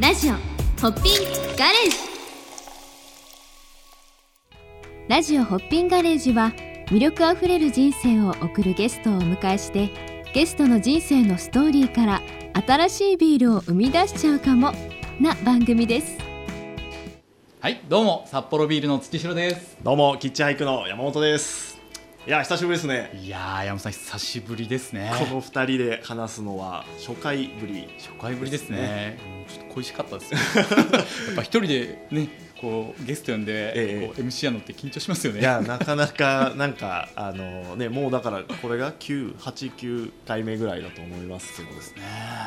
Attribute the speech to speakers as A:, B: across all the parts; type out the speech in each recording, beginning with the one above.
A: ラジオホッピンガレージラジオホッピンガレージは魅力あふれる人生を送るゲストをお迎えしてゲストの人生のストーリーから新しいビールを生み出しちゃうかもな番組です
B: はい、どうも札幌ビールの月城です。
C: どうもキッチンハイクの山本ですいや久しぶりですね
B: いやー、山本さん久しぶりですね。
C: この二人で話すのは初回ぶり
B: 初回ぶりですね。うんちょっと恋しかった ですよ。やっぱ一人でね、こうゲスト呼んで、
C: ええ
B: こう MC やのって緊張しますよね。
C: いやなかなかなんかあのねもうだからこれが989回目ぐらいだと思いますけど
B: ね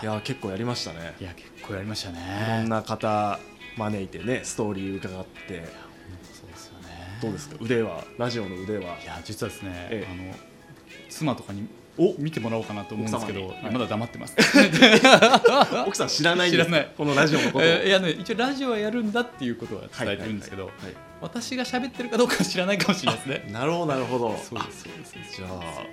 C: いや結構やりましたね
B: いや結構やりました
C: いろん
B: ね。
C: な方招いてねストーリー伺って
B: そうですよね。
C: どうですか腕はラジオの腕はい
B: や実はですね、
C: ええ
B: あの妻とかに
C: お
B: 見てもらおうかなと思うんですけど、
C: 奥様にはい
B: まだ黙ってます。
C: 奥さん知らないんです
B: 知らない
C: このラジオのことを、
B: えーいやね一応ラジオはやるんだっていうことは伝えてるんですけど、
C: はいはい
B: 私が喋ってるかどうかは知らないかもしれないですね。
C: なるほどなるほど
B: そうですそうです。
C: じゃあ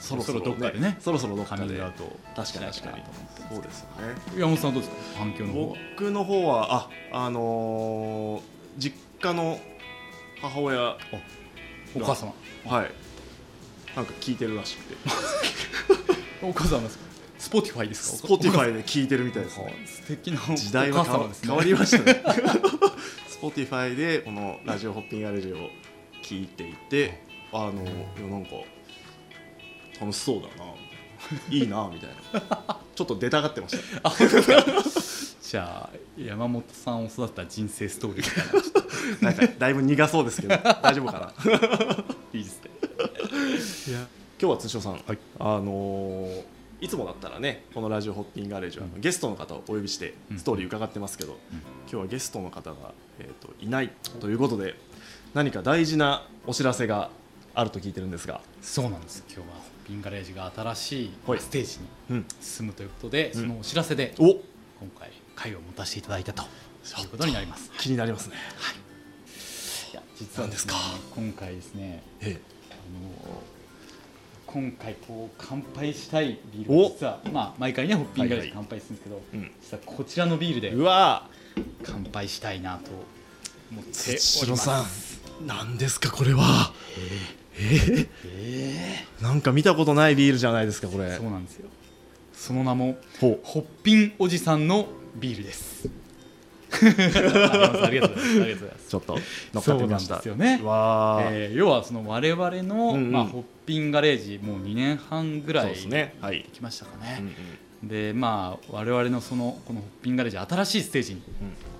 C: そ
B: そ
C: ろ
B: ろそ
C: そ
B: ろ
C: ろ
B: どっかでね
C: そろそろどっ
B: カ
C: か
B: ミン
C: で
B: グアウト
C: 確かに
B: し
C: 確
B: なきゃいけ
C: かに
B: ないと思って
C: そうですよね
B: 山本さんどうですか反響の方は
C: 僕の方はああのー実家の母親は
B: お母様
C: いなんか聞いてるらしくて
B: お母様ですかスポティファイですか
C: Spotify で聞いてるみたいですね
B: イ素敵なお
C: 時代は
B: 母
C: 変わ,、
B: 様ですね
C: 変わりましたね Spotify でこのラジオホッピングアレジを聞いていてあのいやなんか楽しそうだなみたいないいなみたいな ちょっと出たがってました
B: じゃあ山本さんを育てた人生ストーリーみたい な
C: なんかだいぶ苦そうですけど大丈夫か ない
B: いですね
C: 今日は通称さん、
B: はい
C: あのーいつもだったらねこのラジオホッピングガレージは、
B: うん
C: ゲストの方をお呼びして
B: うん
C: ストーリー伺ってますけ
B: う
C: ど、
B: ん
C: 今日はゲストの方が、えー、といないということで何か大事なお知らせがあると聞いてるんですが、
B: そうなんです今日はホッピンガレージが新しい
C: はい
B: ステージに
C: うん、
B: 進むということで、
C: うん
B: そのお知らせで今
C: お
B: 回会を持たせていただいたということになります
C: 気になりますね、
B: いや実はですね今回ですね
C: え
B: あの今回こう乾杯したいビールが
C: お
B: 実は、まあ、毎回ねホッピングガレージ
C: はいは
B: 乾杯するんですけど、
C: えうん
B: 実はこちらのビールで
C: うわ
B: 乾杯したいなと思っております
C: ー土さん何ですかこれはえ
B: え
C: ーなんか見たことないビールじゃないですかこ
B: え
C: れ
B: そうなんですよその名も
C: ほ
B: ホッピンおじさんのビールですありがとうございますありがとうございます
C: ちょっと乗っかってみました
B: そうなんですよね
C: うわー
B: えー要はその我々の、
C: うんうん
B: まあ、ホッピンガレージもう2年半ぐら
C: そう
B: い
C: ですねはい、
B: 来ましたか
C: うんう
B: ね
C: ん
B: でまあ我々のそのこのホッピンガレージ新しいステージに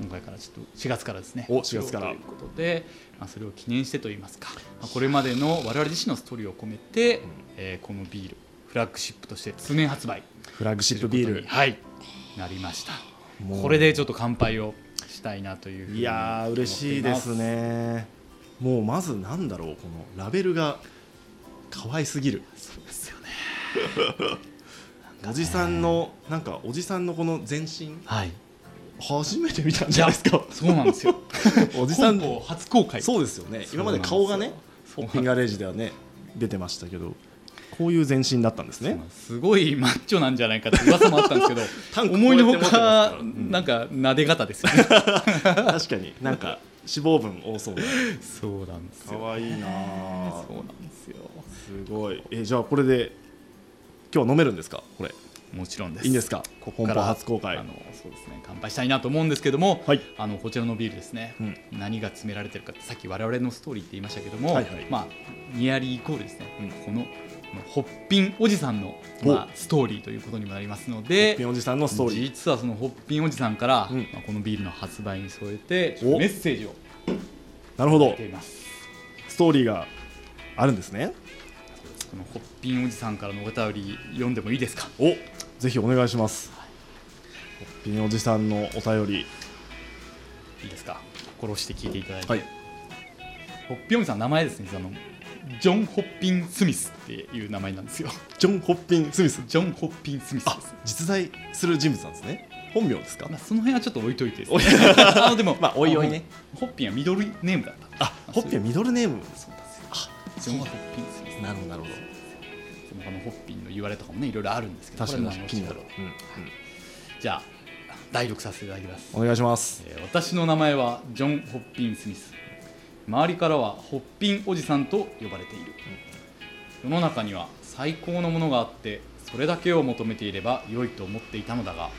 C: うん
B: 今回からちょっと4月からですね
C: お4月から
B: ということで、まあ、それを記念してといいますか、まあ、これまでの我々自身のストーリーを込めて、えーこのビールフラッグシップとして通年発売
C: フラッグシップビー
B: という
C: ル
B: ことにはいなりました
C: もう
B: これでちょっと乾杯をしたいなというふうに
C: いやー嬉しいですねもうまずなんだろうこのラベルが可愛すぎる
B: そうです よね
C: おじさんのなんかおじさんのこの全身
B: はい
C: 初めて見たんじゃないですか
B: そうなんですよ
C: おじさん
B: 本邦初公開
C: そうですよね
B: そうな
C: 今ま
B: ん
C: で
B: ですよ
C: 顔がね
B: そう
C: ホッピンガレージではね出てましたけどこういう全身だったんですね
B: すごいマッチョなんじゃないかって噂もあったんですけど
C: タンク
B: 思いのほ
C: こうやって持ってます
B: か
C: からうん
B: なんか撫で方ですよね
C: 確かになんか脂肪分多 そうな
B: そうなんですよ
C: 可愛いなあ
B: そうなんですよ
C: すごいえじゃあこれで今日は飲めるんですかこれ
B: もちろんです
C: いいんですか
B: ここ
C: 本
B: か
C: 邦
B: ら
C: 初公開
B: あのそうですね乾杯したいなと思うんですけども、
C: はい
B: あのこちらのビールですね、
C: うん
B: 何が詰められてるかってさっき我々のストーリーって言いましたけども、
C: はいはい
B: まあニアリーイコールですね、
C: うん
B: このこのホッピンおじさんの、
C: お
B: まあ、ストーリーということにもなりますの
C: ホ
B: で
C: ッピンおじさんのストーリー
B: 実はそのホッピンおじさんから、
C: うん
B: まあ、このビールの発売に添えてちょっ
C: お
B: とメッセージを
C: なるほ
B: 書い
C: ど
B: ています
C: ストーリーがあるんですね
B: このホッピンおじさんからのお便り読んでもいいですか
C: おぜひお願いしますホッピンおじさんのお便り
B: いいですか心して聞いていただいて、
C: はい
B: ホッピンおじさん名前ですねあのジョン・ホッピン・スミスっていう名前なんですよ
C: ジョン・ホッピン・スミス
B: ジョン・ホッピン・スミスで
C: あ
B: す
C: 実在する人物なんですね本名ですか
B: まあ、その辺はちょっと置いといてです
C: おい
B: ね あのでも
C: まあおいおいね
B: ホッピンはミドルネームだった
C: あホッピンはミドルネーム
B: そうなんですよ
C: あ
B: ジョン・ホッピン・スミス
C: なるほどなるほど
B: その他のホッピンの言われとかもねいろいろあるんですけど
C: 確かに
B: これもあの
C: 気になる
B: じゃあ代読させていただきます
C: お願いします
B: えー私の名前はジョン・ホッピン・スミス周りからはホッピンおじさんと呼ばれている、世の中には最高のものがあってそれだけを求めていれば良いと思っていたのだが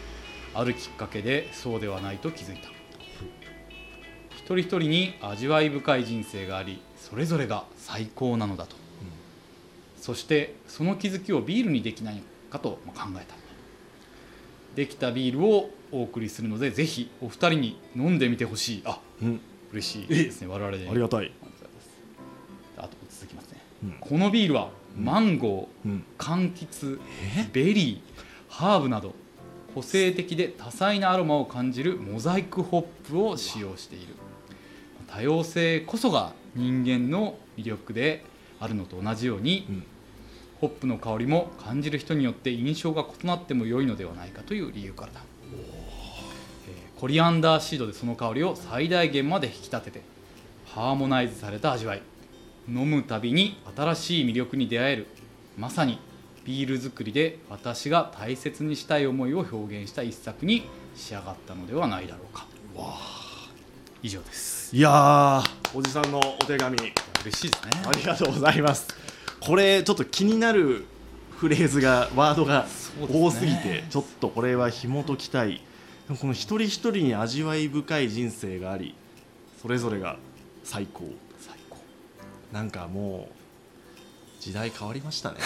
B: あるきっかけでそうではないと気づいた一人一人に味わい深い人生がありそれぞれが最高なのだと、そしてその気づきをビールにできないかと考えたできたビールをお送りするのでぜひお二人に飲んでみてほしいあ
C: うん
B: 嬉しいですね我々で
C: ありがた
B: ありがとうご
C: い
B: ざいますあと続きますね、
C: うん
B: このビールはマンゴー、
C: うん
B: 柑橘ベリーハーブなど個性的で多彩なアロマを感じるモザイクホップを使用している多様性こそが人間の魅力であるのと同じように、
C: うん
B: ホップの香りも感じる人によって印象が異なっても良いのではないかという理由からだ、えーコリアンダーシードでその香りを最大限まで引き立ててハーモナイズされた味わい飲むたびに新しい魅力に出会えるまさにビール作りで私が大切にしたい思いを表現した一作に仕上がったのではないだろうか以上です
C: いやーおじさんのお手紙
B: 嬉しいですね
C: ありがとうございますこれちょっと気になるフレーズがワードが
B: そうですね
C: 多すぎてちょっとこれは紐解きたいでもこの一人一人に味わい深い人生がありそれぞれが最高
B: 最高
C: なんかもう時代変わりましたね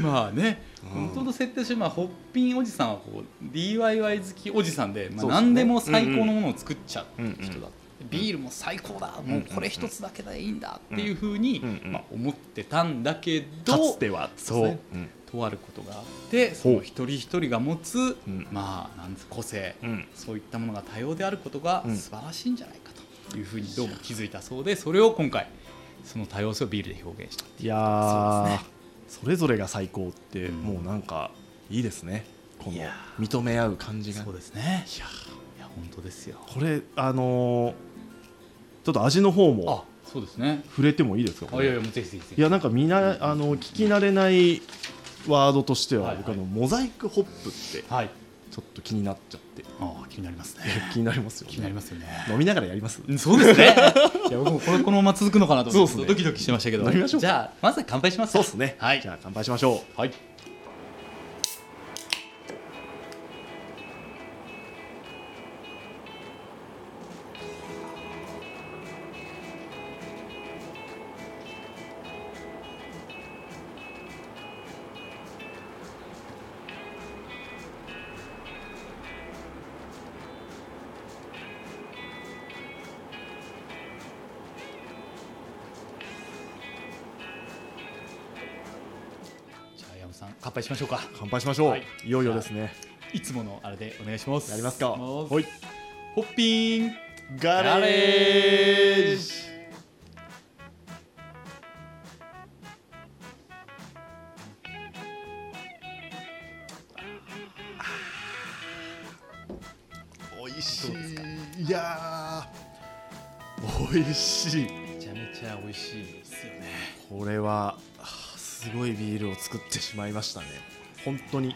B: まあね、
C: うん
B: 本当の設定として、まあ、ホッピンおじさんはこう DIY 好きおじさんで、まあ、
C: そうですね
B: 何でも最高のものを作っちゃう
C: うんうん
B: 人だ、ビールも最高だ、
C: ん
B: もうこれ一つだけでいいんだっていうふうに、
C: うんうん
B: まあ、思ってたんだけど
C: かつては
B: そう
C: ですねうん
B: とあることがあってそ
C: ほう
B: の一人一人が持つ、
C: うん
B: まあなんつ個性、
C: うん
B: そういったものが多様であることが
C: うん
B: 素晴らしいんじゃないかというふうにどうも気づいたそうでそれを今回その多様性をビールで表現した
C: いやー
B: そうで
C: そ,、
B: すね
C: れぞれが最高って、
B: うん
C: もうなんかいいですねこの
B: いや
C: 認め合う感じが
B: そうですね
C: いや
B: いや本当ですよ
C: これあのーちょっと味の方
B: あ
C: も
B: そうですね
C: 触れてもいいですかこ
B: あ
C: れ
B: いやいやもうぜひぜひぜひ
C: いやなんかみなあの聞き慣れないワードとしては、
B: はいはい
C: 僕あのモザイクホップって
B: はい
C: ちょっと気になっち ゃって
B: ああ気になりますね
C: 気になりますよ ね
B: 気になりますよね
C: 飲みながらやります
B: そうですね いや僕もこれこのまま続くのかなと思って
C: そうですね
B: ドキドキしてましたけど
C: 飲みましょう
B: じゃあまずは乾杯しますか
C: そうですね
B: はい
C: じゃあ乾杯しましょう
B: はいじゃあ山本さん乾杯しましょうか
C: 乾杯しましょう、
B: はい
C: い、よいよですね
B: いつものあれでお願いします
C: やりますか
B: ホ
C: はい
B: ッピン
C: ガレージ美味し
B: どうですか
C: いいやー美味しい
B: めちゃめちゃ美味しいですよね
C: これはあーすごいビールを作ってしまいましたね本当に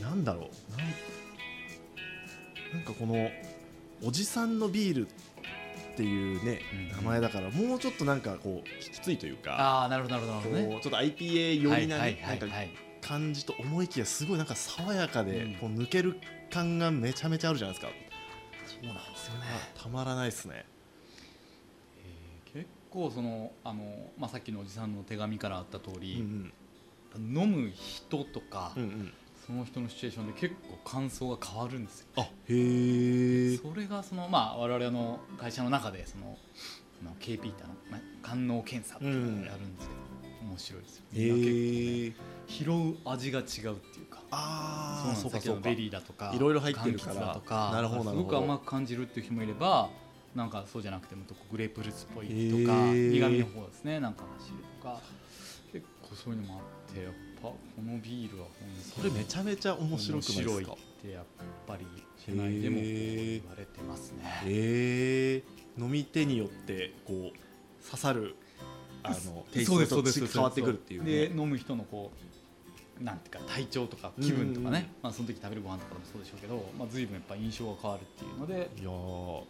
C: なんだろうなんなんかこのおじさんのビールっていうね、
B: うん
C: 名前だからもうちょっとなんかこうきついというか
B: ああなるほどなるほ
C: こ
B: ど
C: う
B: なるほどね
C: ちょっと IPA 寄りな,、
B: はいは
C: ないんか
B: はいはい
C: 感じと思いきやすごいなんか爽やかで、
B: うん
C: こう抜ける感がめちゃめちゃあるじゃないですか
B: そうなんですよね
C: たまらないですね
B: えー結構そのあの、まあ、さっきのおじさんの手紙からあった通
C: う
B: り、
C: ん
B: 飲む人とか、
C: うんうんうん
B: その人のシチュエーションで結構感想が変わるんですよ
C: あへえ
B: それがその、まあ、我々の会社の中でそのあの KP ってあのま官能検査っていうのをやるんですけど、面白いですよ
C: へ
B: みんな結
C: え
B: 構拾う味が違うっていうかそうな
C: あ
B: ん
C: あ
B: ですさっきのベリーだとか
C: いろいろ入ってるから
B: 柑橘だとか
C: なるほどなるほど
B: すごく甘く感じるっていう日もいればなんかそうじゃなくてもっとこうグレープフルーツっぽいとか、
C: へー
B: 苦味の方ですねなんか走るとか結構そういうのもあってやっぱこのビールは本当
C: こ
B: に
C: れめちゃめちゃ面白くないで
B: 面白
C: すか
B: いってやっぱり社内でもこう言われてますね。
C: へえ飲み手によってこう刺さるあのテイス
B: そうです
C: ト
B: そう
C: と
B: です
C: 変わってくるっていう
B: で
C: ね
B: 飲む人のこうなんていうか体調とか気分とか
C: うんうんうん
B: ね、まあ、その時食べるご飯とかもそうでしょうけど、まあ、随分やっぱ印象が変わるっていうので、
C: いやー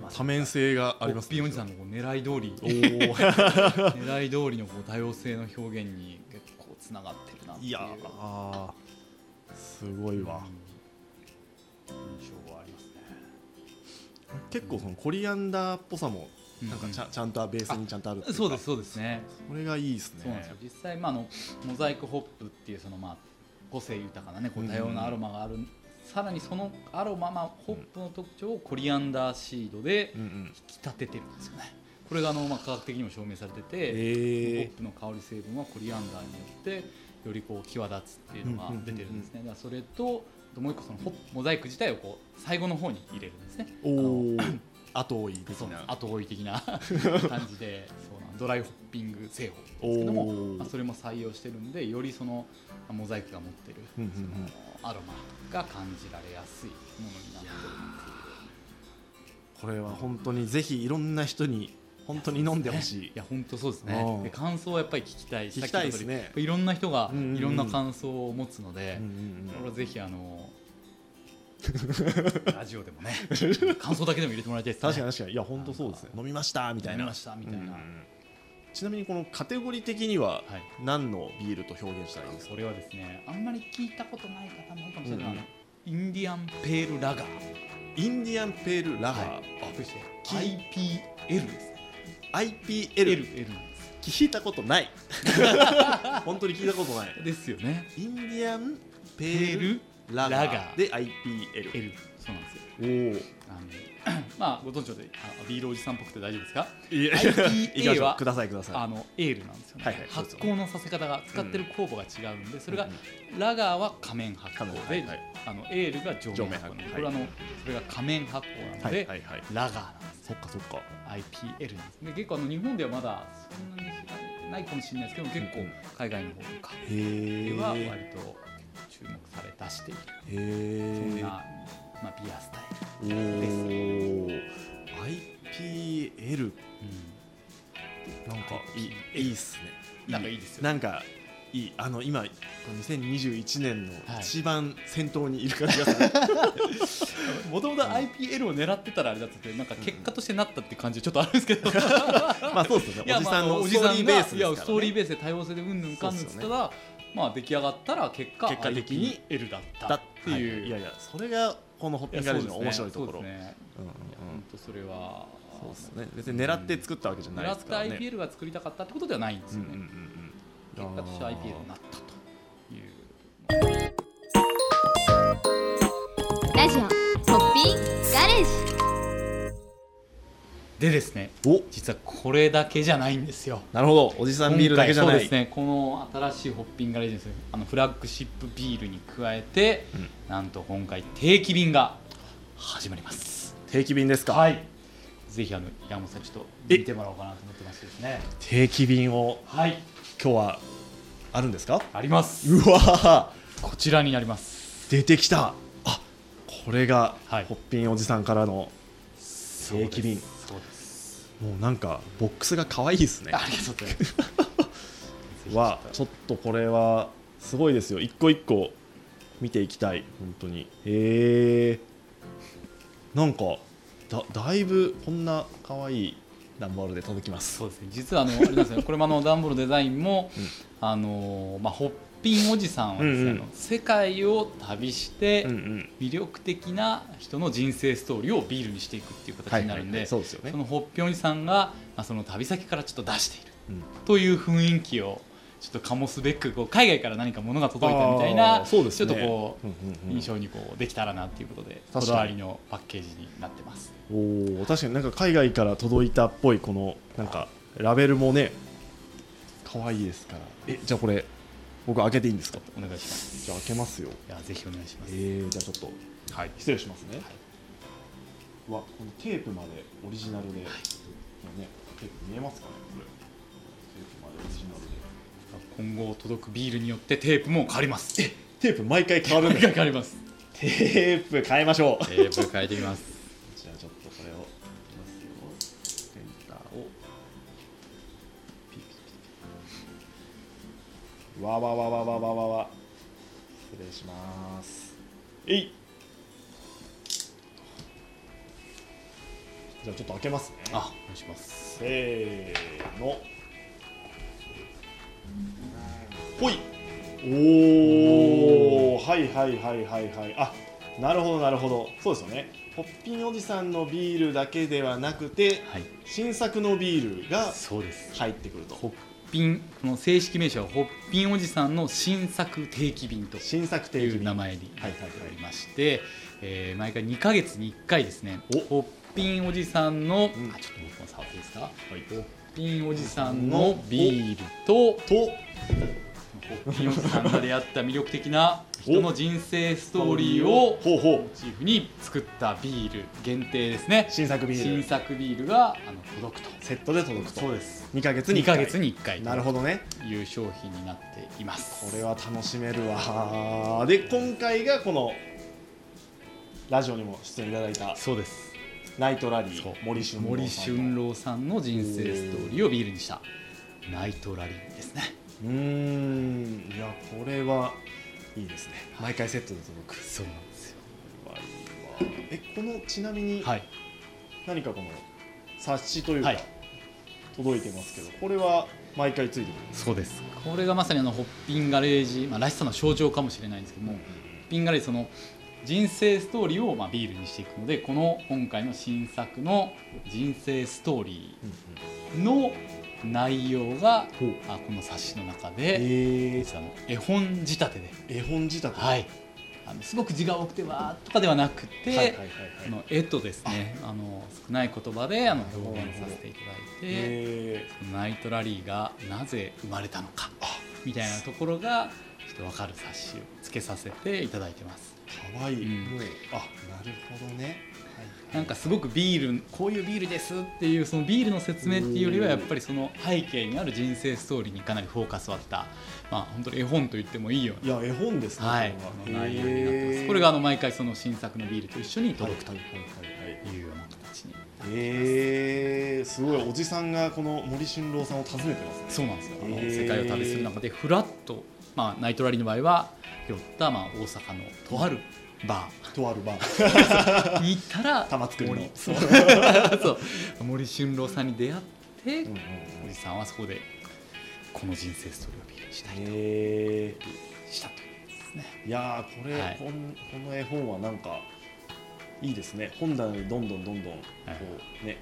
B: まあ、
C: 多面性があります
B: ホッピーおじさんのこう狙い 通り
C: おー
B: 狙い通りのこう多様性の表現に結構つながってるなっていう
C: いやーすごいわ
B: うん印象はありますね
C: 結構そのコリアンダーっぽさも
B: うん
C: なんかちゃ,、ん、ちゃんとベースにちゃんとあるっていか
B: そうですそうですね
C: これがいいですね
B: そうなんですよ実際、まあ、あのモザイクホップっていうその、まあ、個性豊かな、ね、こう多様なアロマがある、さらにそのアロマ、まあ、ホップの特徴をコリアンダーシードで
C: うんう
B: 引
C: ん
B: き立ててるんですよね。これがあの、まあ、科学的にも証明されて
C: え
B: て、
C: ー
B: ホップの香り成分はコリアンダーによってよりこう際立つっていうのが出てるんですね。だからそれとあともう一個そのホップモザイク自体をこう最後の方に入れるんですね。
C: おお後追い的
B: そう
C: な
B: 後追い的な 感じでそうなんドライホッピング製法ですけど
C: お
B: も、
C: ー
B: まあ、それも採用してるんでよりそのまあモザイクが持ってる
C: う
B: そ
C: んうん
B: の
C: うん
B: アロマが感じられやすいものになって
C: これは本当にぜひいろんな人に本当に飲んで
B: る
C: ほし
B: い
C: い
B: や本当そうです
C: う
B: ね
C: ん
B: で感想はやっぱり聞きたい
C: 聞きたいですね
B: さっきの通りいろんな人が
C: うんうんうん
B: いろんな感想を持つので、
C: うんうん
B: これはぜひあ のラジオでもね感想だけでも入れてもらいたいですね
C: 確かに確かにいや本当そうですね飲みましたみたい
B: 飲
C: な
B: みましたみたいな
C: うんうんうんちなみにこのカテゴリー的には
B: はい
C: 何のビールと表現したらいいですか
B: これはですねあんまり聞いたことない方も多いかもしれない、
C: うんうん
B: インディアンペールラガー
C: インディアンペールラガー
B: そして IPL ですね
C: IPL
B: LL なんです
C: 聞いたことない 本当に聞いたことない
B: ですよね
C: インディアンペ
B: ペー
C: ール
B: ル
C: ラガ
B: ラ
C: ー
B: ガー
C: で IPL
B: L そうなんですよ
C: おお
B: あの まあご存知であビールおじさんっぽくて大丈夫ですか
C: いや
B: IPA は
C: くださいくだ
B: あ
C: さ
B: のエールなんですよね、
C: はいはい
B: 発酵のさせ方が使ってる酵母が違うんで、それが
C: うん
B: ラガーは仮面発酵で、
C: 仮面はいはい
B: あのエールが上面発酵なんで
C: 上面発酵
B: これはあの、
C: はい
B: それが仮面発酵
C: い
B: なので、
C: はいはい
B: ラガーなんです
C: そっかそっか
B: IPL なんですね結構あの日本ではまだそんなに知られてないかもしれないですけど結
C: うんう
B: 構海外の方とか
C: へえ
B: では割と注目され出している
C: へ
B: そん
C: え
B: な、まあ、ビアスタイ
C: おお IPL
B: ル、
C: なんかいいいいっすね
B: なんかいいですよ
C: なんかいいあの今この2021年の
B: はい
C: 一番先頭にいる感じがする、
B: もともと IPL を狙ってたらあれだったってなんか結果としてなったって感じはちょっとあるんですけ ど
C: まあそうですよ
B: い
C: ね
B: や
C: おじさ
B: まあ
C: んのストーリーベース
B: い
C: で
B: や
C: す
B: ス
C: か
B: トー
C: ら、
B: リー
C: ね、
B: ベースで多様性でうんぬんかんぬんっつったら、まあ出来上がったら結果
C: 結果的に
B: IPL だった
C: だ
B: っ
C: ってて
B: い、
C: いうう、い、やいやそれがこのホッピングガレージの面白いところ
B: そうですね
C: うんうんうん
B: いや本当それは
C: そうですね別に狙って作ったわけじゃない
B: 狙
C: で
B: っ
C: す
B: た
C: からね
B: IPL が作りたかったってことではないんです
C: うん
B: よ
C: うん
B: ね、
C: うんうん
B: 結果として
C: いや
B: IPL になったという
A: ラジオホッピンガレージ
B: でですね
C: お
B: 実はこれだけじゃないんですよ
C: なるほどおじさんビールだけじゃな
B: 今回そ
C: い
B: うですねこの新しいホッピングガレージですねあのフラッグシップビールに加えて、
C: うん
B: なんと今回定期便が始まります
C: 定期便ですか、
B: はいぜひあの山本さんちょっと見てもらおうかなと思ってますですね
C: 定期便を
B: はい
C: 今日はあるんですか
B: あります
C: うわー
B: こちらになります
C: 出てきたあこれが、
B: はい
C: ホッピンおじさんからの定期便
B: そうです
C: もうなんかボックスが可愛いですね
B: ありがとうございます
C: わちょっとこれはすごいですよ一個一個見ていきたい本当にへえなんかだだいぶこんな可愛い段ボールで届きます
B: そうですね実はあのあれなんですよ ねこれもあのダンボールデザインも、
C: うん
B: あのまあホッピンおじさんはですね、
C: うんうん
B: あの世界を旅して、
C: うんうん
B: 魅力的な人の人生ストーリーをビールにしていくっていう形になるんで、
C: そうですよね
B: そのホッピンおじさんが、まあ、その旅先からちょっと出している
C: うん
B: という雰囲気をちょっと醸すべくこう海外から何か物が届いたみたいな
C: あーそうです
B: ちょ
C: ね
B: っとこう、
C: うんうんうん
B: 印象にこうできたらなっていうことでこ
C: 確かに
B: だわりのパッケージになってます。
C: おお確かになんか海外から届いたっぽいこのなんかラベルもね可愛いですからえじゃあこれ僕開けていいんですか
B: お願いします。
C: じゃあ開けますよ
B: いやぜひお願いしま
C: え
B: す。
C: ー、じゃあちょっと、はい、失礼しますね、うわこのテープまでオリジナルで、ねテープ見えますかねこれテープまでオリジナルで
B: 今後届くビールによってテープも変わります。テ
C: テープ毎回変わるん
B: ー
C: で
B: プ
C: す
B: が変わります。
C: テープ変えましょう
B: テープ変えてみます。
C: じゃあちょっとこれをいきますよペンターをピッピッピッわわわわわわわわ失礼しますえいじゃあちょっと開けますね
B: あお願いします
C: せーのほいおおはいはいはいはいはいあなるほどなるほどそうですよねホッピンおじさんのビールだけではなくて
B: はい
C: 新作のビールが
B: そうです
C: 入ってくると
B: ホッピンこの正式名称はホッピンおじさんの新作定期便と
C: 新作定
B: い
C: 義
B: う名前に
C: は
B: ないっ
C: は
B: て
C: いはい
B: おりまして、えー毎回2か月に1回ですねホッピンおじさんの、
C: うん
B: あちょっと僕も触っていいですか
C: はい
B: ホッピンおじさんのビールと
C: と
B: ホッピンおじさんが出会った魅力的な人の人生ストーリーを
C: ほうほう
B: モチーフに作ったビール限定ですね
C: 新作ビー
B: 新
C: ル
B: 作ビールがあの届くと
C: セットで届くと
B: そうです
C: 2ヶ月
B: 2
C: に一回
B: か月に1回
C: なるほどね
B: という商品になっています
C: これは楽しめるわで今回がこのラジオにも出演いただいた
B: そうです
C: ナイトラリ
B: そう
C: ー森俊郎
B: 森
C: さん
B: 俊郎さんの人生ストーリーをビールにしたナイトラリーですね
C: うーんいやこれはいいですね毎回セットで届く
B: そうなんですよ
C: これはいいわえこのちなみに
B: はい
C: 何かこの冊子というか、
B: はい
C: 届いてますけどこれは毎回ついてくるんです
B: そうですこれがまさにあのホッピンガレージ、まあ、らしさの象徴かもしれないんですけども、ホッピンガレージその人生ストーリーをまあビールにしていくのでこの今回の新作の人生ストーリーの内容が、
C: ほう
B: あこの冊子の中
C: え
B: で、
C: ー
B: 実はあの絵本仕立てで、
C: 絵本仕立て
B: はい、あのすごく字が多くてわーとかではなくて、
C: はいはいはい
B: あ
C: はい
B: の絵とですねあの少ない言葉であの
C: なるほど
B: 表現させていただいて
C: え
B: ナイトラリーがなぜ生まれたのか
C: ー、あ
B: みたいなところがちょっと分かる冊子をつけさせていただいてます
C: 可愛い
B: うん
C: もうあなるほどね、はい
B: なんかすごくビールこういうビールですっていうそのビールの説明っていうよりはやっぱりその背景にある人生ストーリーにかなりフォーカスを当てたまあ本当に絵本と言ってもいいよう
C: いや絵本ですね、
B: な、はい、
C: こ
B: こ
C: れ
B: の
C: は
B: 内容になってま
C: へ
B: す
C: ー
B: これがあの毎回その新作のビールと一緒に
C: はい
B: 届く
C: はいはいはいはい
B: というような形に
C: えー、すごいおじさんがこの森俊郎さんを訪ねてますね
B: そうなんですよ、あの
C: へー
B: 世界を旅する中でふらっと、まあ、ナイトラリーの場合は寄った、まあ、大阪のとあるバ
C: とあるバー
B: ーに行ったら
C: 玉造りの
B: 森 そうそう森俊郎さんに出会って、
C: うんうんうん
B: おじさんはそこでこの人生ストーリーをビールにしたいと
C: え
B: したというですね
C: ー、いやーこれ、
B: はい
C: こんこの絵本はなんかいいですね本棚にどんどんどんどんこう、
B: はい
C: ね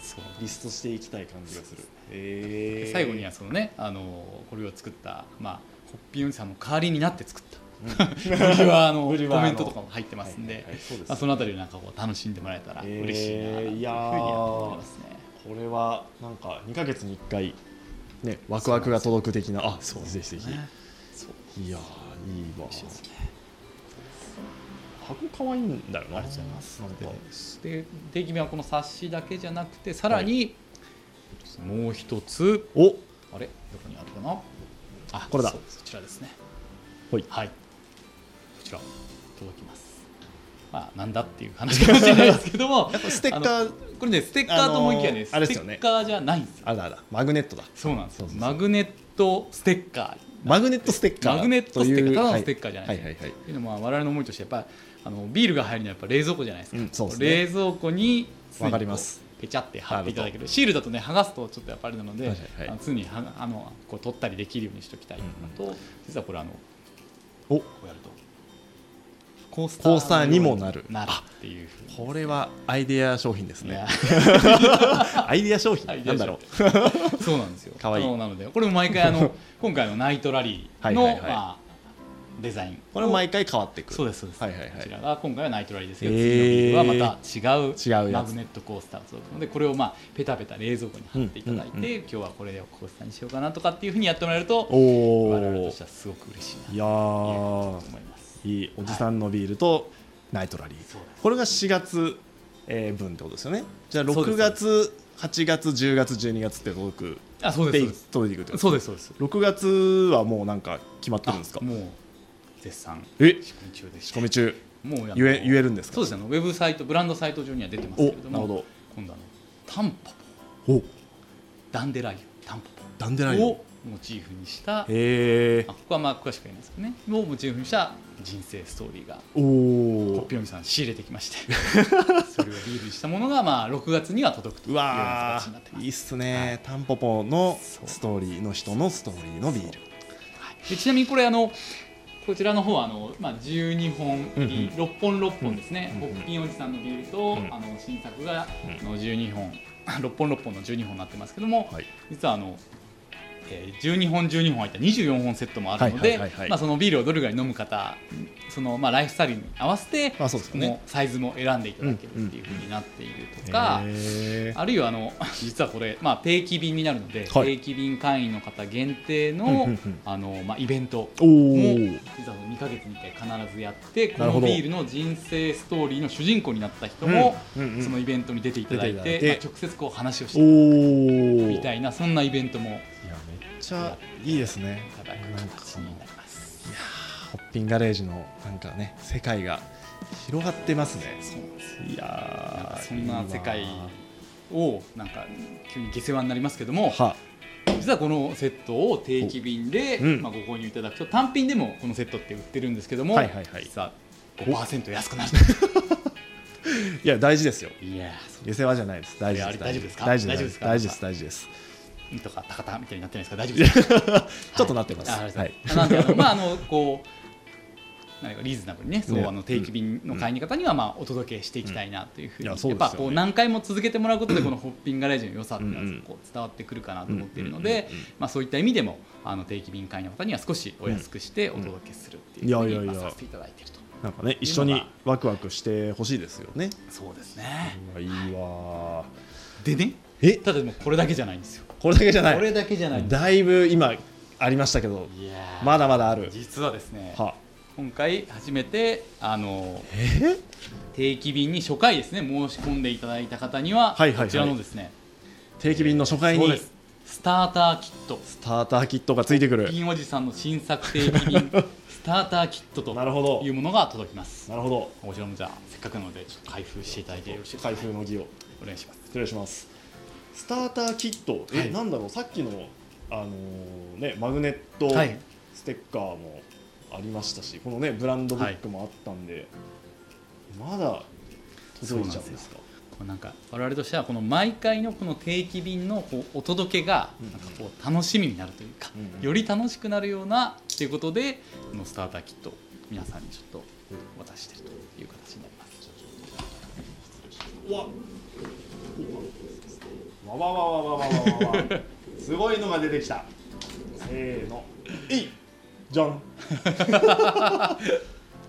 B: そう
C: リストしていきたい感じがするえ
B: で
C: ー、
B: 最後にはそのねあのこれを作った、まあ、ホッピーおじさんの代わりになって作 った
C: うん、
B: ブリュワーの
C: ブリュワー
B: コメ
C: の
B: ントとかも入ってますんで、
C: はいはいはいそうです
B: まあ、そのあたりをなんかこう楽しんでもらえたら嬉しいなというふうに思いますね。
C: これはなんか2ヶ月に1回ねワクワクが届く的なあそうぜひぜ
B: ね
C: ひいやーいいわ
B: そうですね
C: 箱可愛いんだよな
B: ありがとうございます
C: なんか
B: で定期便はこの冊子だけじゃなくてさらに、もう一つ
C: お
B: あれどこにあるかなあ
C: これだ
B: そうそちらですね
C: ほい
B: はいこちら届きますまあなんだっていう話かもしれないですけど も
C: ステッカ
B: あ
C: ー
B: のこれねステッカーと思いきやね、
C: あのーあれです
B: ス
C: よ
B: テ
C: ね
B: ッカーじゃないんですよ
C: あらあらマグネットだ
B: そうなんですよ
C: そうそうそう
B: マグネットステッカー
C: マグネットステッカー
B: マグネットステッカー
C: という
B: ただのステッカーじゃない
C: はいはいはいはい
B: っていうのも我々の思いとしてやっぱあのビールが入るのはやっぱ冷蔵庫じゃないですか、
C: うんそうですね
B: 冷蔵庫に常にこう
C: わかります
B: ペチャって貼っていただけるシールだとね剥がすとちょっとやっぱりなので、
C: はいはいはい
B: あの常にはがあのこう取ったりできるようにしておきたいのと、実はこれあのこ
C: お
B: うやるとコース
C: コースターにもなる
B: なるっていうふうに
C: これはアイデア商品です
B: いや
C: ねアイデア商品
B: アイデ
C: な
B: ア商品
C: んだろう
B: そうなんですよ。
C: かわいい
B: そうなので、これも毎回あ の今回のナイトラリーの
C: はいはいは
B: ま
C: い
B: あデザイン。
C: これ毎回変わってくる
B: そうですそうです。
C: はいはい
B: こち
C: は
B: ら
C: い
B: が今回はナイトラリーですけ
C: へ
B: ど、
C: ー
B: 次の日はまた違う
C: 違うや
B: マ
C: つ
B: グネットコースターを届くので、これをまあペタペタ冷蔵庫に貼っていただいて、
C: うんうんうん
B: 今日はこれをコースターにしようかなとかっていうふうにやってもらえると、
C: お
B: 我々
C: お
B: としてはすごく嬉しいなと
C: いやー
B: 思います。
C: いいおじさんのビールとナイトラリー、
B: そうです
C: これが4月、えー分ってことですよねじゃあ
B: そうで
C: 6
B: す
C: 月8月10月12月って届く
B: あ、そう
C: で
B: です
C: 届いていくってこと
B: そうですそうです。そうです
C: 6月はもうなんか決まってるんですか
B: あもう絶賛
C: え
B: 仕込み中でし
C: 仕
B: て
C: 込み中
B: もうやっと
C: 言え言えるんですか
B: そうですねあのウェブサイトブランドサイト上には出てますけれども
C: おなるほど
B: 今度あのタンポポ
C: お
B: ダンデライオンタンポ
C: ダンデ
B: ポ
C: ライ
B: ポ
C: オン
B: をモチーフにした
C: へえ
B: あここはまあ詳しく言いますけどねをモチーフにした人生ストーリーが
C: お
B: ホッ
C: お
B: ピーおじさん仕入れてきまして それをリールしたものがまあ6月には届くといううような
C: わ
B: 形になって
C: ー
B: ます
C: いいっすね、タンポポの
B: そう
C: ストーリーの人のストーリーのビール
B: はいでちなみにこれあのこちらの方はあの、まあ、12本入り、
C: う
B: 6本6本ですね、
C: うん
B: ホッピンおじさんのビールと、
C: うん
B: あの新作が
C: うん
B: あの12本 6本6本の12本になってますけども、
C: はい
B: 実はあの、えー12本12本入った24本セットもあるの
C: は
B: で
C: いはいはいはい
B: まあそのビールをどれぐらい飲む方その、まあ、ライフスタイルに合わせて
C: あそうです
B: そ
C: よね
B: のサイズも選んでいただけるっていうふうになっているとか。
C: へ
B: あるいはあの 実はこれ、まあ、定期便になるので、
C: は
B: 定
C: い
B: 期便会員の方限定の,、
C: うんうんうん
B: あのまあ、イベント
C: お
B: も
C: ー
B: 実は2か月に1回必ずやってこ
C: なるほ
B: の
C: ど
B: ビールの人生ストーリーの主人公になった人も、
C: うんうんうん
B: そのイベントに出ていただいて
C: 出ていただいて
B: まあ直接こう話をし
C: お
B: て
C: ー
B: みたいなそんなイベントも
C: いやめっちゃいいですね
B: いただく形になります。
C: ホッピンガレージのなんかね世界が広がってますね
B: そうなんです
C: い
B: なんか
C: やー
B: そんない
C: いわ
B: 世界をなんか急に下世話になりますけども、
C: は
B: 実はこのセットを定期便で、
C: おうん
B: まあ、ご購入いただくと単品でもこのセットって売ってるんですけども、
C: はいはいはい
B: 実は5%安くなる
C: いや大事ですよ
B: いやーそ
C: 下世話じゃないです大事
B: いや大丈夫ですか
C: 大事
B: 大丈夫
C: で
B: です
C: す
B: か
C: 大事です大事です
B: うとか高田みたいになってないですか大丈夫ですか
C: ちょっとなってます
B: あありがとうござい
C: は
B: ま
C: い
B: すなんであ のまああのこう何かリーズナブルにねそう
C: ね
B: あの定期便の会員の方にはまあお届けしていきたいなというふうに、
C: うんいやそう
B: やっ
C: で
B: ぱ
C: すよね
B: こう何回も続けてもらうことでこのホッピングガレージの良さっていう
C: うんう
B: の
C: ん
B: がこう伝わってくるかなと思っているの
C: うんうん
B: で
C: うんうん、
B: まあ、そういった意味でもあの定期便会員の方には少しお安くしてお届けするっていうふう
C: いやい
B: に
C: やい
B: ま
C: や
B: あさせていただいていると。
C: なんかね一緒にワクワクしてほしいですよね
B: そうですね。
C: うわいいわ
B: でね、
C: え
B: ただでもこれだけじゃないんですよ。
C: これだけじゃない
B: これだけじゃないんです。
C: だいぶ今ありましたけど
B: いやー
C: まだまだある
B: 実はですね、
C: は
B: 今回初めてあの
C: え
B: 定期便に初回ですね申し込んでいただいた方には、
C: はいはいはい
B: こちらのですね、
C: 定期便の初回
B: そう
C: に
B: です。スターターキット、
C: スターターキットがついてくる
B: 銀おじさんの新作定 期便スターターキットと
C: なるほど
B: いうものが届きます。
C: なるほど
B: こちらもじゃあせっかくなのでちょっと開封していただいてよろしいですか
C: 開封の儀を
B: お願いします。
C: 失礼しますスターターキットえ、
B: はい
C: なんだろうさっきのあのーねマグネット
B: はい
C: ステッカーもありましたし、このねブランドブックもあったんで、まだ届いちゃうんですか
B: こうなんか我々としてはこの毎回のこの定期便のこうお届けが
C: うん
B: なんかこう楽しみになるというか
C: うんうん
B: より楽しくなるようなということでこのスターターキットを皆さんにちょっとお渡ししているという形になります。
C: うわわわわわわわわわわすごいのが出てきたせーのえいじゃん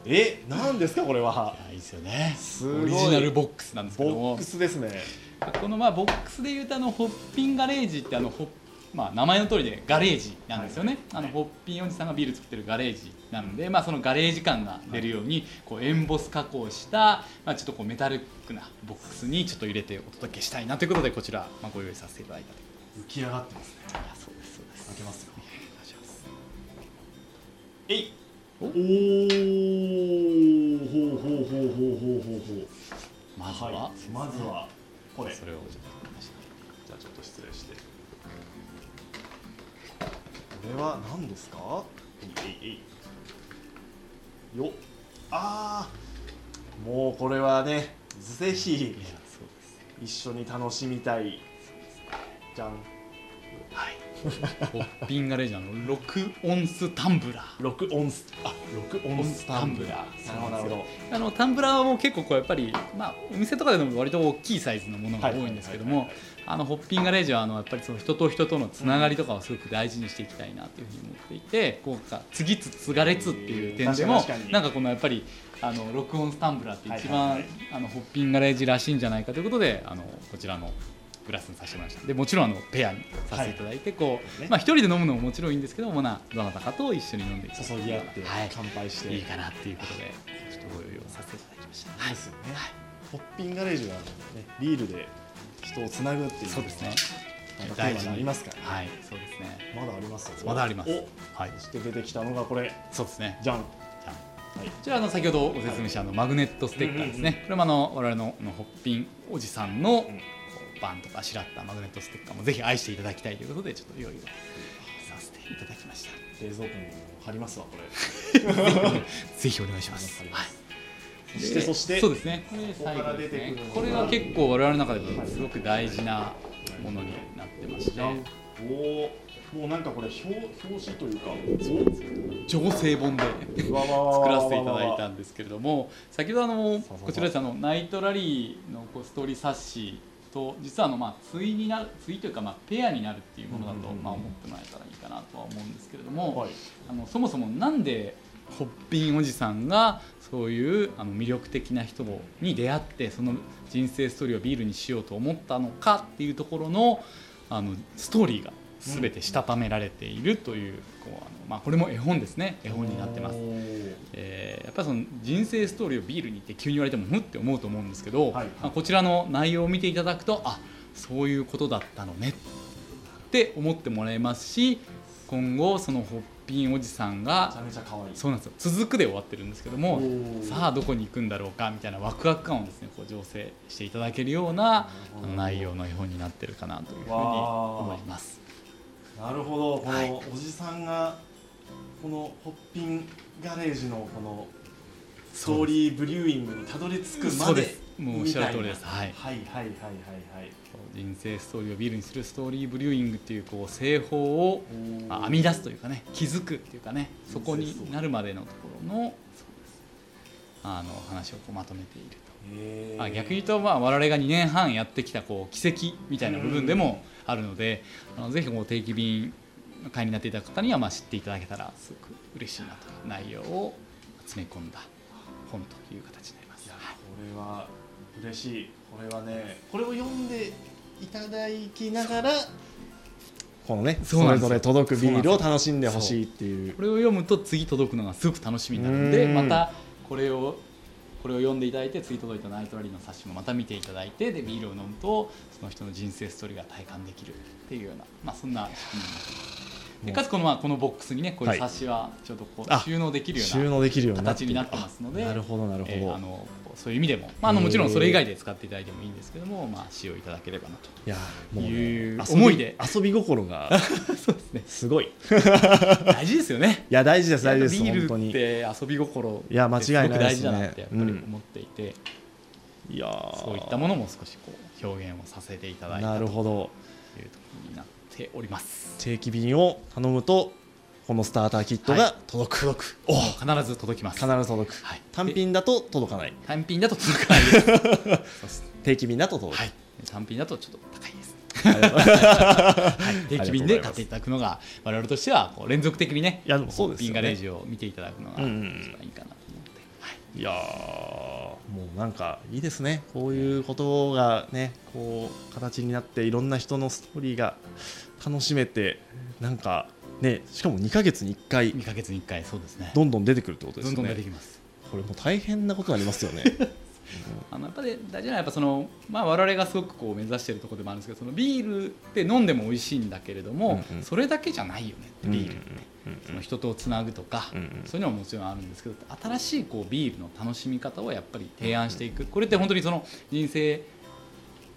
C: えなんですかこれはい
B: やいいですよね
C: すごい
B: オリジナルボックスなんですけど
C: ボッ
B: も
C: クスですね
B: このまあボックスでいうとあのホッピンガレージってあのホッまあ、名前の通りでガレージなんですよね、あのホッピンおじさんがビール作ってるガレージなので、まあ、そのガレージ感が出るようにこうエンボス加工した、まあ、ちょっとこうメタルックなボックスにちょっと入れてお届けしたいなということでこちら、まあ、ご用意させていただいたという
C: 浮き上がってますね
B: いやそうですそうです
C: 開けますよ
B: いやお願いします
C: えいおーほうほうほうほうほうほうほう
B: まずは、
C: まずは
B: そ
C: こ
B: れをちょっとお願いします
C: じゃあちょっと失礼してこれは何ですかえいえいえいよあーもうこれはねぜひ
B: いやそうです
C: 一緒に楽しみたいじゃん
B: はい、ホッピンガレージの6オンスタンブラー。
C: 六オンスあ六オンスタンブラー
B: タンブラー
C: なるほどなるほ
B: あのタンブラーも結構こうやっぱり、まあ、お店とかでも割と大きいサイズのものが多いんですけど
C: はい
B: も
C: はいはい
B: あのホッピンガレージはあのやっぱりその人と人とのつながりとかをすごく大事にしていきたいなというふうに思っていてこうか次つつがれつっていう点で
C: うん
B: も
C: 確かに確かに
B: なんかこのやっぱりあの録音スタンブラーって一番、
C: はいはいはい
B: あのホッピンガレージらしいんじゃないかということであのこちらのグラスにさせてもらいましたでもちろんあのペアにさせていただいてこう、
C: はい
B: まあ、一人で飲むのももちろんいいんですけどもまあどなたかと一緒に飲んでいただく
C: ど注ぎ合って
B: はい
C: 乾杯して、
B: いいかなっていうことで、ちょっとご用意をさせていただきました。
C: いいですよね、ホッピンガレージは、ね、ビールで人をつなぐっていう
B: そうですね。
C: またテーマになりますから、
B: はい、そうですね。
C: まだありますよ
B: まだあります
C: お。
B: はい、
C: そして出てきたのがこれ
B: そうですね。
C: じゃん
B: じゃあ
C: はい
B: こちらあの先ほどご説明したあのマグネットステッカーです
C: うんうん
B: ね。これもあの我々のあのホッピンおじさんのこ
C: ん
B: うバンとかあしらったマグネットステッカーもぜひ愛していただきたいということでちょっと用意をさせていただきました
C: 冷蔵庫に貼りますわこれ
B: ぜひお願いしま
C: 貼
B: す
C: り
B: は
C: ま
B: い
C: すそしてそして
B: そうですねこれ
C: ここから出てくるのが
B: これが結構我々の中でもすごく大事なものになってまして
C: おおもうなんかこれ表表紙というか
B: 情勢本で作らせていただいたんですけれども先ほどあの
C: そうそう
B: こちらですあのナイトラリーのこうストーリー冊子と実はあのまあ対になる対というかまあペアになるっていうものだ
C: うんうん
B: と
C: うんうん
B: まあ思ってもらえたらいいかなとは思うんですけれども、
C: はい
B: あのそもそもなんでホッピンおじさんがそういうあの魅力的な人に出会ってその人生ストーリーをビールにしようと思ったのかっていうところのあのストーリーが全てしたためられているというこうあの、まあ、これも絵本ですね絵本になってます。
C: おー
B: えーやっぱりその人生ストーリーをビールにって急に言われてもふんって思うと思うんですけど、
C: はいはい
B: まあこちらの内容を見ていただくとあそういうことだったのねって思ってもらえますし今後そのホッピンおじさん
C: めちゃ
B: が
C: めちゃ可愛い
B: そうなんですよ続くで終わってるんですけども
C: おー
B: さあどこに行くんだろうかみたいなワクワク感をですねこう醸成していただけるような
C: なるほど
B: 内容の絵本になってるかなというふうに
C: わあ
B: 思います。
C: なるほどこ
B: は
C: のおじさんがこのホッピンガレージのこのストーリーブリューイングにたどり着くま
B: そう
C: で
B: ですもうおっしゃる通りです
C: みたな
B: はい
C: はいはいはいはい
B: 人生ストーリーをビールにするストーリーブリューイングっていうこう製法を
C: はい
B: まあ、編み出すというかね気づくっていうかねそこになるまでのところのそうですあの話をこうまとめている
C: へ
B: と、
C: ー
B: あ逆に言うと、まあ、我々が2年半やってきたこう奇跡みたいな部分でもあるので、あのぜひこう定期便会員になっていただく方にはまあ知っていただけたらすごく嬉しいなという内容を詰め込んだ本という形になります。
C: いや
B: は
C: こ
B: い
C: れは嬉しいこれはねこれを読んでいただきながらこのね
B: そうなんですよ
C: 届
B: そうなん
C: 楽しんいっていう
B: これを読むと次届くのがすごく楽しみになるので
C: うん
B: またこれをこれを読んでいただいて次届いたナイトラリーの冊子もまた見ていただいてでビールを飲むとその人の人生ストーリーが体感できるっていうような、まあ、そんな仕組みになってますでかつこの,、まあ、このボックスにねこういう冊子はちょっとこう
C: あ
B: 収納できるよう
C: 収
B: な
C: 納できるようになって
B: 形に
C: いる
B: なってますので。
C: なるほどなるほど、
B: えーあのそういう意味でも、まあ、あのもちろんそれ以外で使っていただいてもいいんですけども、まあ、使用いただければなと
C: いや
B: もうねいう
C: 遊び
B: 思いで
C: 遊び心がす ごいい
B: 大事ですよね
C: や大事です大事です
B: ビ
C: 本当
B: ールっ
C: に
B: て遊び心って
C: いや間違いな
B: ご
C: いですね
B: く大事だなってやっぱり思っていて、
C: いやー
B: そういったものも少しこう表現をさせていただいた
C: な
B: とい
C: る
B: うとこ
C: ほど
B: ろになっております
C: 定期便を頼むとこのスターターキット
B: は
C: が届く、届く
B: お必ず届きます
C: 必ず届く、
B: はい
C: 単品だと届かない
B: 単品だと届かないです、
C: 定期便だと届く、
B: はい、単品だとちょっと高いです
C: ありがとうござい
B: はい定期便で買っていただくのが我々としてはこう連続的にね
C: いやでもそうですよ
B: ホッピ
C: ね
B: ンガレージを見ていただくのが
C: うん
B: 一
C: う
B: 番
C: ん
B: いいかなと思って、はい
C: ますいやーもうなんかいいですねこういうことがねこう形になっていろんな人のストーリーが楽しめてなんかねしかも2ヶ月に1回
B: 2ヶ月に1回そうですね
C: どんどん出てくるってことです
B: どん
C: よね
B: どん出てきます
C: これもう大変なことになりますよね
B: あのやっぱり大事なのはやっぱその、まあ、我々がすごくこう目指しているところでもあるんですけどそのビールって飲んでも美味しいんだけれども、
C: うんうん
B: それだけじゃないよねって ビール、
C: うんうん
B: その人とつなぐとか、
C: うんうん
B: そういうのももちろんあるんですけど新しいこうビールの楽しみ方をやっぱり提案していくこれって本当にその人生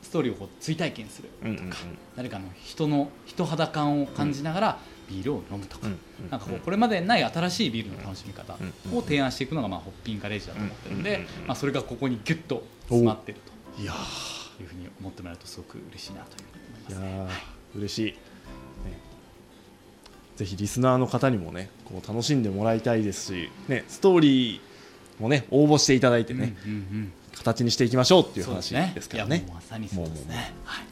B: ストーリーをこう追体験する
C: うんうんうん
B: 誰かの人の人肌感を感じながらビールを飲むとか、
C: うんうん
B: なんかこうこれまでにない新しいビールの楽しみ方を提案していくのがまあホッピンガレージだと思ってるん
C: うん
B: で
C: うんうん
B: まあそれがここにギュッと詰まってる
C: いやー
B: というふうに思ってもらえるとすごく嬉しいなというふうに思いま
C: い
B: す
C: や
B: ね。
C: ー嬉しい、ね、ぜひリスナーの方にもねこう楽しんでもらいたいですし、ね、ストーリーもね応募していただいてね、
B: うんうんうん
C: 形にしていきましょうっていう
B: そう
C: 話ですからね
B: いやもうまさにそうですね。はい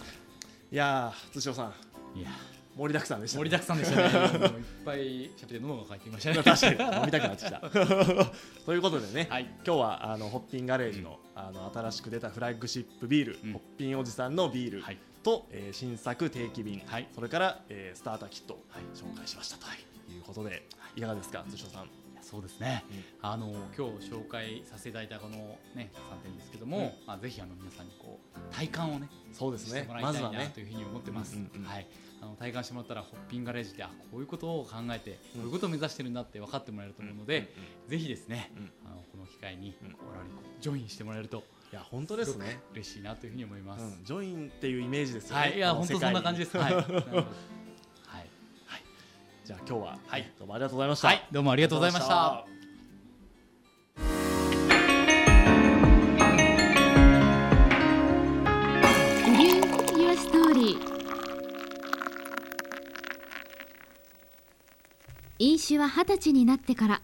C: やー辻尾さん
B: い。いや
C: 盛りだくさんでした、
B: 盛りだくさんでしたね。もういっぱい喋って喉が 渇いてきましたね。
C: 確かに飲みたくな ってきたということでね、
B: はい
C: 今日はあのホッピンガレージの,、あの新しく出たフラッグシップビール、
B: うん
C: ホッピンおじさんのビール、
B: はい
C: と、えー新作定期便、
B: はい
C: それから、えースターターキットを
B: はい
C: 紹介しましたということで、い、かがですか、辻尾さん。
B: いやそうですね。あの今日紹介させていただいたこのね三点ですけども、まあぜひあの皆さんにこう体感をね
C: そうで
B: し
C: す
B: て
C: ね、
B: もらい
C: ま
B: た
C: ず
B: い
C: は
B: な
C: ね
B: と、いうふうに思ってます
C: うんうんうん。
B: はい。あの体感してもらったらホッピンガレージってあこういうことを考えてこ
C: う
B: うんいうことを目指してるんだって分かってもらえると思うの
C: うん
B: で、
C: うん
B: ぜひですね
C: うん。
B: あのこの機会に
C: うん
B: こう我々にこうジョインしてもらえると
C: いや、本当です
B: す
C: ね
B: ご。く嬉しいなというふうに思いま
C: う
B: す。
C: ん、ジョインっていうイメージですよね。
B: はい、いや、
C: この
B: 本
C: 世
B: 当
C: 界
B: そん
C: に
B: な感じです。はい。なるほどはい。はい。
C: じゃあ今日は、
B: はい
C: どうもありがとうございました。
B: はい、どうもありがとうございました。
A: ブリューユアストーリー飲酒は二十歳になってから